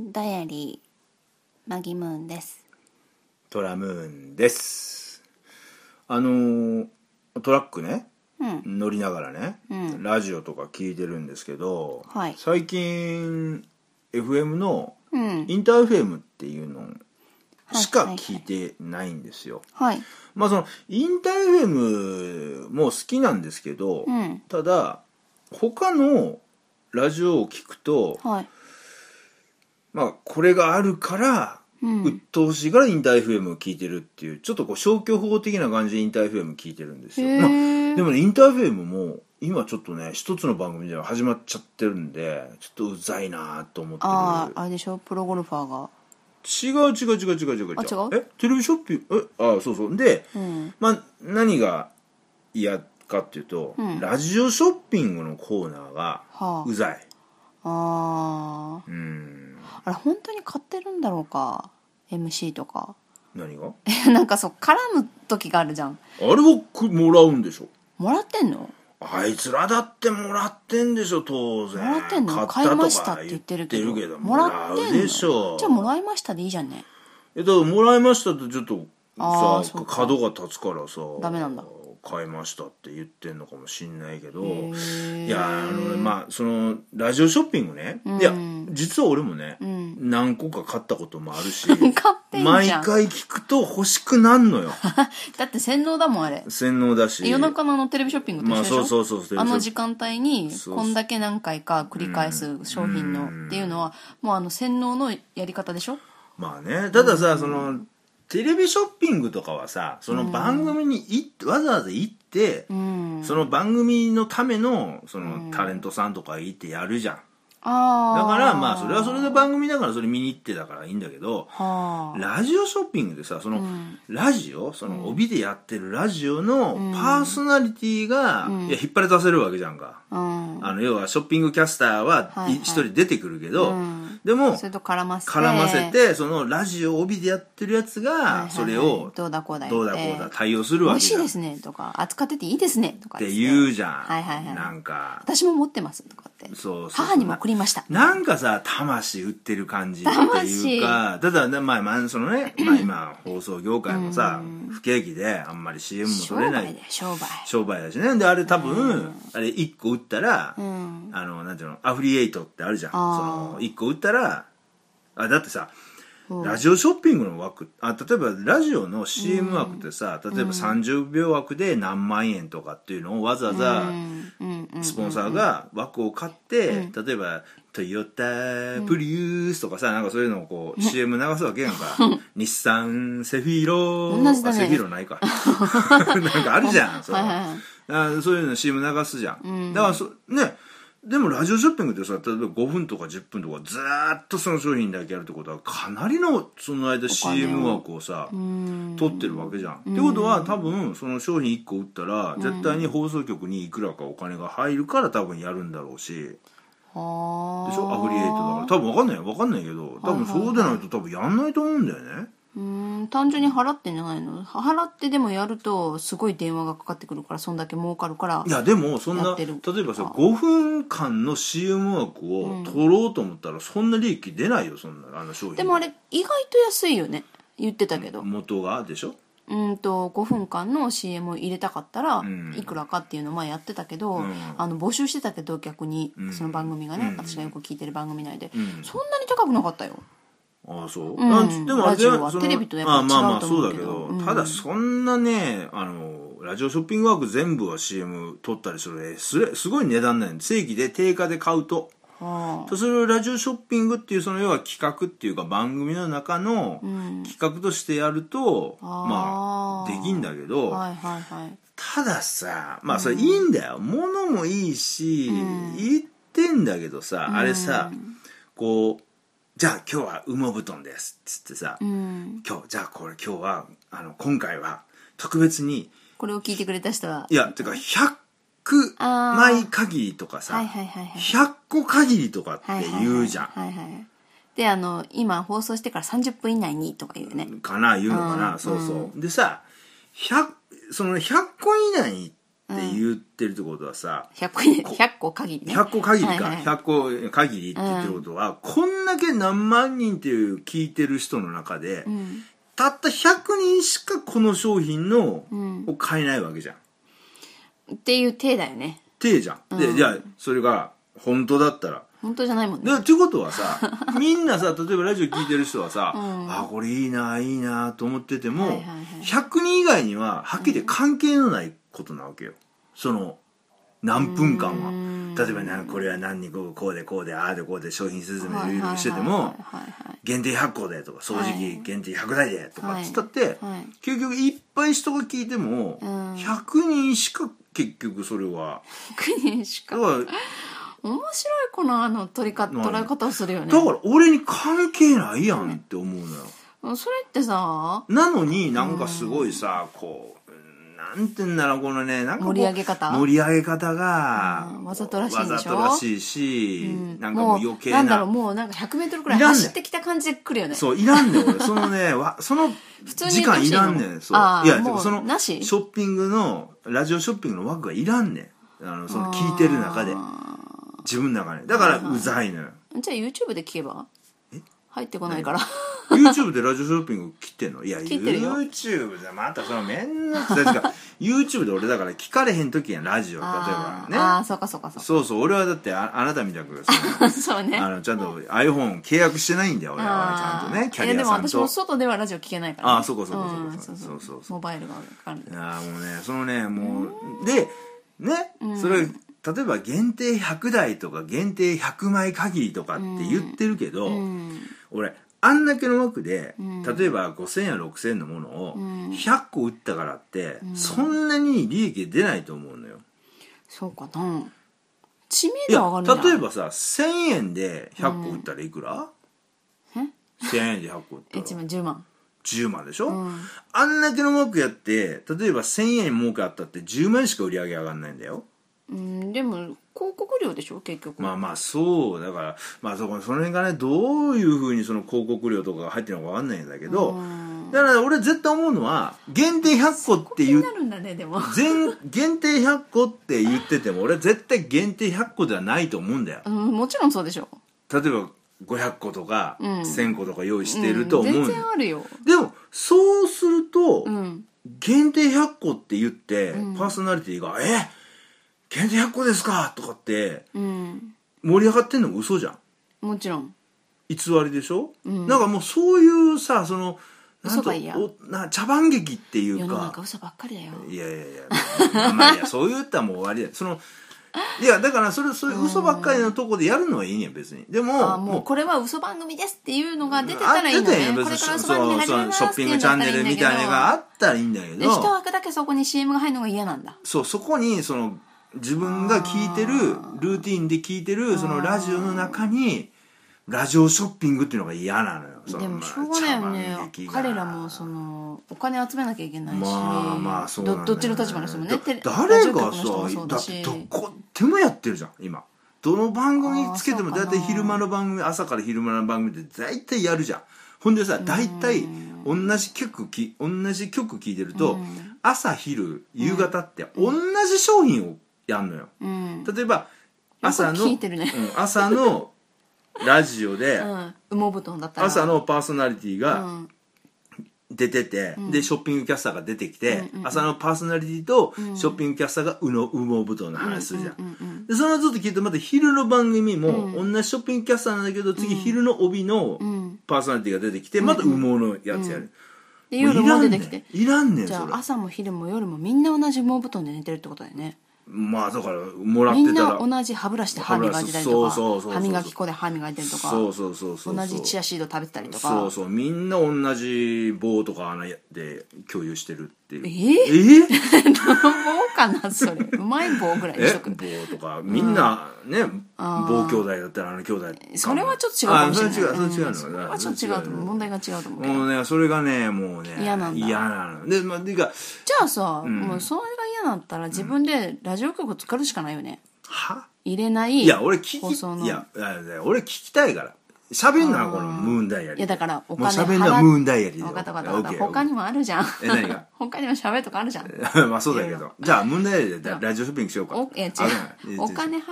リーマギムーンですトラムーンですあのートラックねうん乗りながらね、うんラジオとか聞いてるんですけど、はい最近 FM のうんインターフェムっていうのしかはいはい聞いてないんですよ、はいまあそのインターフェムも好きなんですけど、うんただ他のラジオを聞くと、はいまあ、これがあるからうん鬱陶しいからインターフェムを聞いてるっていうちょっとこう消去法的な感じでインターフェム聞いてるんですへよ、まあえでもねインターフェムも今ちょっとね一つの番組では始まっちゃってるんでちょっとうざいなと思ってあるああれでしょプロゴルファーが違う違う違う違う違う違うあ違うえテレビショッピングえあそうそうで、うんまあ何が嫌かっていうと、んラジオショッピングのコーナーがはうざいああうーんああれ本当に買ってるんだろうか MC と か何がなんかそう絡む時があるじゃんあれをくもらうんでしょもらってんのあいつらだってもらってんでしょ当然もらってんの買買っいたまとしたかって言言っっててるるけけどどもらってんのでしょじゃあもらいましたでいいじゃんねえだからもらいましたってちょっとあーさそうか角が立つからさダメなんだ買いましたって言ってんのかもしんないけどへーいやーあのねまあそのラジオショッピングね、んいや実は俺もね、ん何個か買ったこともある し買ってん毎じゃん回聞くと欲しくな んのよだって洗脳だもんあれ洗脳だし夜中のあのテレビショッピングと一緒まあでしょ、そうそうそうそうあの時間帯にそうそうこんだけ何回か繰り返す商品のっていうのはもうあの洗脳のやり方でしょまあねたださ、そのテレビショッピングとかはさその番組にい、わざわざ行って、うんその番組のためのそのタレントさんとか行ってやるじゃんああだからまあそれはそれで番組だからそれ見に行ってだからいいんだけどはあラジオショッピングでさその、うんラジオその帯でやってるラジオのパーソナリティが、うんいや引っ張り出せるわけじゃんか、うんあの要はショッピングキャスターはいはい一人出てくるけど、うんでもそれと絡ませて絡ませて、そのラジオ帯でやってるやつはいはいはがいそれをどうだこうだ言どうっだてこうだ対応する美わけ味しじいゃんでっすねとか扱ってていいですねとかて言ううじゃん、はいはいはいなんか私も持ってますとかってそうそう母にも送りましたなんかさ魂売ってる感じっていうかただねまあまあそのね、まあ、今放送業界もさ不景気であんまり CM も商取れ売なだよい商売商売だしねであれ多分あれ1個売ったら、うんあのなんていうのアフリエイトってあるじゃんそあーの1個売ったらあだってさうんラジオショッピングの枠あ例えばラジオの CM 枠ってさ、例えば30秒枠で何万円とかっていうのをわざわざ、うんうんうんスポンサーが枠を買って、例えば「トヨタプリウス」とかさ、なんかそういうのをこう CM 流すわけや んか「日産セフィロ」同じだあねセフィロないか なんかあるじゃんそう,、はいはいはいあそういうの CM 流すじゃん、だからそねでもラジオショッピングってさ例えば5分とか10分とかずーっとその商品だけやるってことはかなりのその間 CM 枠をさ、うん取ってるわけじゃん。ってことは多分その商品1個売ったら絶対に放送局にいくらかお金が入るから多分やるんだろうしではあしょアフリエイトだから多分分かんない分かんないけど多分そうでないと多分やんないと思うんだよね。うーん単純に払ってんじゃないの払ってでもやるとすごい電話がかかってくるからそんだけ儲かるからいやでもそんやなって例るえばさ5分間の CM 枠を取ろうと思ったらそんな利益出ないよそんなあの商品でもあれ意外と安いよね言ってたけど元がでしょうんと5分間の CM を入れたかったらんいくらかっていうのを前やってたけど、んあの募集してたけど逆にんその番組がね、うん私がよく聞いてる番組内で、んそんなに高くなかったよああそう、んあでもあラれだよジオはそのテレビとやっぱ違うとあ思うまあまあそうだけけど、どうんただそんなねあのラジオショッピングワーク全部は CM 取ったりするすれすごい値段なんで正規で定価で買うとああとそれをラジオショッピングっていうその要は企画っていうか番組の中のん企画としてやると、あまあーできんだけど、はいはいはいたださまあそれいいんだよ、物もいいし、言ってんだけどさ、あれさこうじゃあ今日は羽毛布団ですっつってさ、うん今日じゃあこれ今日はあの今回は特別にこれを聞いてくれた人はいやてか100あー枚限りとかさ、はいはいはいはい100個限りとかはいっはていはい言うじゃん、はいはいであの今放送してから30分以内にとか言うねかな言うのかな、そうそう、でさ100その100個以内っって言ってるってことはさ、 100個いいね100個限りね100個限りか、はいはい100個限りって言ってることは、こんだけ何万人っていう聞いてる人の中で、うんたった100人しかこの商品の、んを買えないわけじゃん。っていう体だよねてじゃん。で、うんじゃあ、それが本当だったら。本当じゃないもんねで、ということ はさ、みんなさ、例えばラジオ聞いてる人はさ、うんあ、これいいな、いいなと思ってても、はいはいはい100人以外には、はっきり言って関係のないことなわけよ。その、何分間うはん。例えばな、これは何にこうこうでこうで、ああでこうで商品説明いろいろしててはいも、はいはい限定100個でとか、掃除機限定100台でとかっつったって、はいはい結局いっぱい人が聞いても、うん100人しか結局それは、 100人しかだから、面白いこのあの取りか何捉え方をするよねだから俺に関係ないやんって思うのよ。それってさなのになんかすごいさ、こう、うんなんて言うんだろう、このね、なんかこう盛り上げ方盛り上げ方がう、んわざとらしいんでしょわざとらしいし、うんなんかもう余計な。んだろうもうなんか 100m くらいいらんねん走ってきた感じで来るよねそう、いらんねん、俺。そのね、 わその通に時間いらんねなしのん。そう。あーいや、もうその、なしショッピングの、ラジオショッピングの枠がいらんねん。あの、その聞いてる中で。自分の中で。だから、うざいのよ。じゃあ YouTube で聞けば入ってこないから YouTube でラジオショッピング切ってんのいや、切ってるよ YouTube で、またそのめんどくさい。違う YouTube で俺だから聞かれへん時やん、ラジオ、例えあーあばーそうかそうかそうそうそう、俺はだってああなたみた く、そのかそうねあの、ちゃんと iPhone 契約してないんだよ、俺は。ちゃんとね、キャリいやアでもさん私もと。外ではラジオ聞けないから、あーそうかそうかそうかんそうそうそうそうそモバイルがあるからああ、もうね、そのね、もう、で、ね、それ、例えば限定100台とか限定100枚限りとかって言ってるけど、うん俺あんだけの枠で、ん例えば5,000や6,000のものをうん100個売ったからって、そんなに利益出ないと思うのよ。そうかな知名い度は上がやるんじ例ゃえんばさ1,000円で100個売ったらいくら、え ?1,000 円で100個売った1ら万10万10万でしょ、うんあんだけの枠やって例えば1,000円儲けあったって10万円しか売り上げ上がんないんだよ。うんでも広告料でしょ結局まあまあそうだからまあそこその辺がねどういうふうにその広告料とかが入ってるのかわかんないんだけど、うんだから俺絶対思うのは限定100個って気言にっなるんだねでも全限定100個って言ってても俺は絶対限定100個ではないと思うんだようんもちろんそうでしょ例えば500個とかうん1000個とか用意してると思ううんんだ全よ然あるよでもそうするとうん限定100個って言ってうんパーソナリティが「え限定100個ですか!」とかってうん盛り上がってんの嘘じゃんもちろん偽りでしょ、うんなんかもうそういうさそのなん嘘とが嫌おな茶番劇ってい世うのか中嘘ばっかりだよいやいやいや、まあ、いやそう言ったらもう終わりだよそのいやだからそれそういう嘘ばっかりのとこでやるのはいいんや別にでもあもうこれは嘘番組ですっていうのが出てたらいいあんだ出てんねよこ別れにからそう嘘番組始そめうますショっッてピンいうグのチャだっンたネらいいルんだみけたいなのがあどったらいいんだけで一ど枠だけそこに CM が入るのが嫌なんだそうそこにその自分が聞いてるルーティンで聞いてるそのラジオの中にラジオショッピングっていうのが嫌なのよそのでもまあしょうがないよね茶番劇が彼らもそのお金集めなきゃいけないし、まあまあそうなんだよどねどっちの立場の人もねだテレラジ誰オ局のが人もさそうだだってしどこでもやってるじゃん今どの番組つけてもあー大体昼間の番組朝から昼間の番組って大体やるじゃんほんでさ大体同じ曲き同じ曲聴いてると朝昼夕方って同じ商品をやんのようん、例えば朝の聞いてるねうん朝のラジオ でうん、羽毛布団だったら朝のパーソナリティうがん出てて、でショッピングキャスターが出てきて、うんうん朝のパーソナリティとショッピングキャスターがうの羽毛布団の話するじゃん,、うんうんうんでその後ずっと聞いてまた昼の番組も同じショッピングキャスターなんだけど次昼の帯のんパーソナリティが出てきてまた羽毛のやつやる、でもう夜も出てきていらんねんいらんねんじゃそれあ朝も昼も夜もみんな同じ羽毛布団で寝てるってことだよねまあだからもらっみんてたなら同じ歯ブラシで歯磨いてたりとかそうそうそうそう歯磨き粉で歯磨いてるとかそうそうそうそう同じチアシード食べてたりとか そうそうみんな同じ棒とか穴で共有してるっていうえええ棒かなそれうまい棒ぐらいにしえ とく棒とかみんなね、あー棒兄弟だったらあの兄弟かもそれはちょっと違うかもしれないあそれは違うそれは違うのはちょっと違うと思う問題が違うと思うけどもうねそれがねもうね嫌なんだなのでまあていうかじゃあさ、もうそれが嫌だったら自分でラジオ局作るしかないよねは入れないいや俺聞き放送のいやいやいや俺聞きたいから喋んなこのムーンダイアリーいやだからおもう金喋ん払なっムーンダイアリー分かった分かオっッたケー他にもあるじゃんえ 何が 他にも喋るとかあるじゃんまあそうだけどじゃあムーンダイアリーでララジオショッピングしようかおいや違あごめんうお金払っ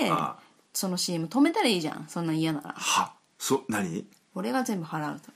てああその CM 止めたらいいじゃんそんな嫌ならはそ何俺が全部払うと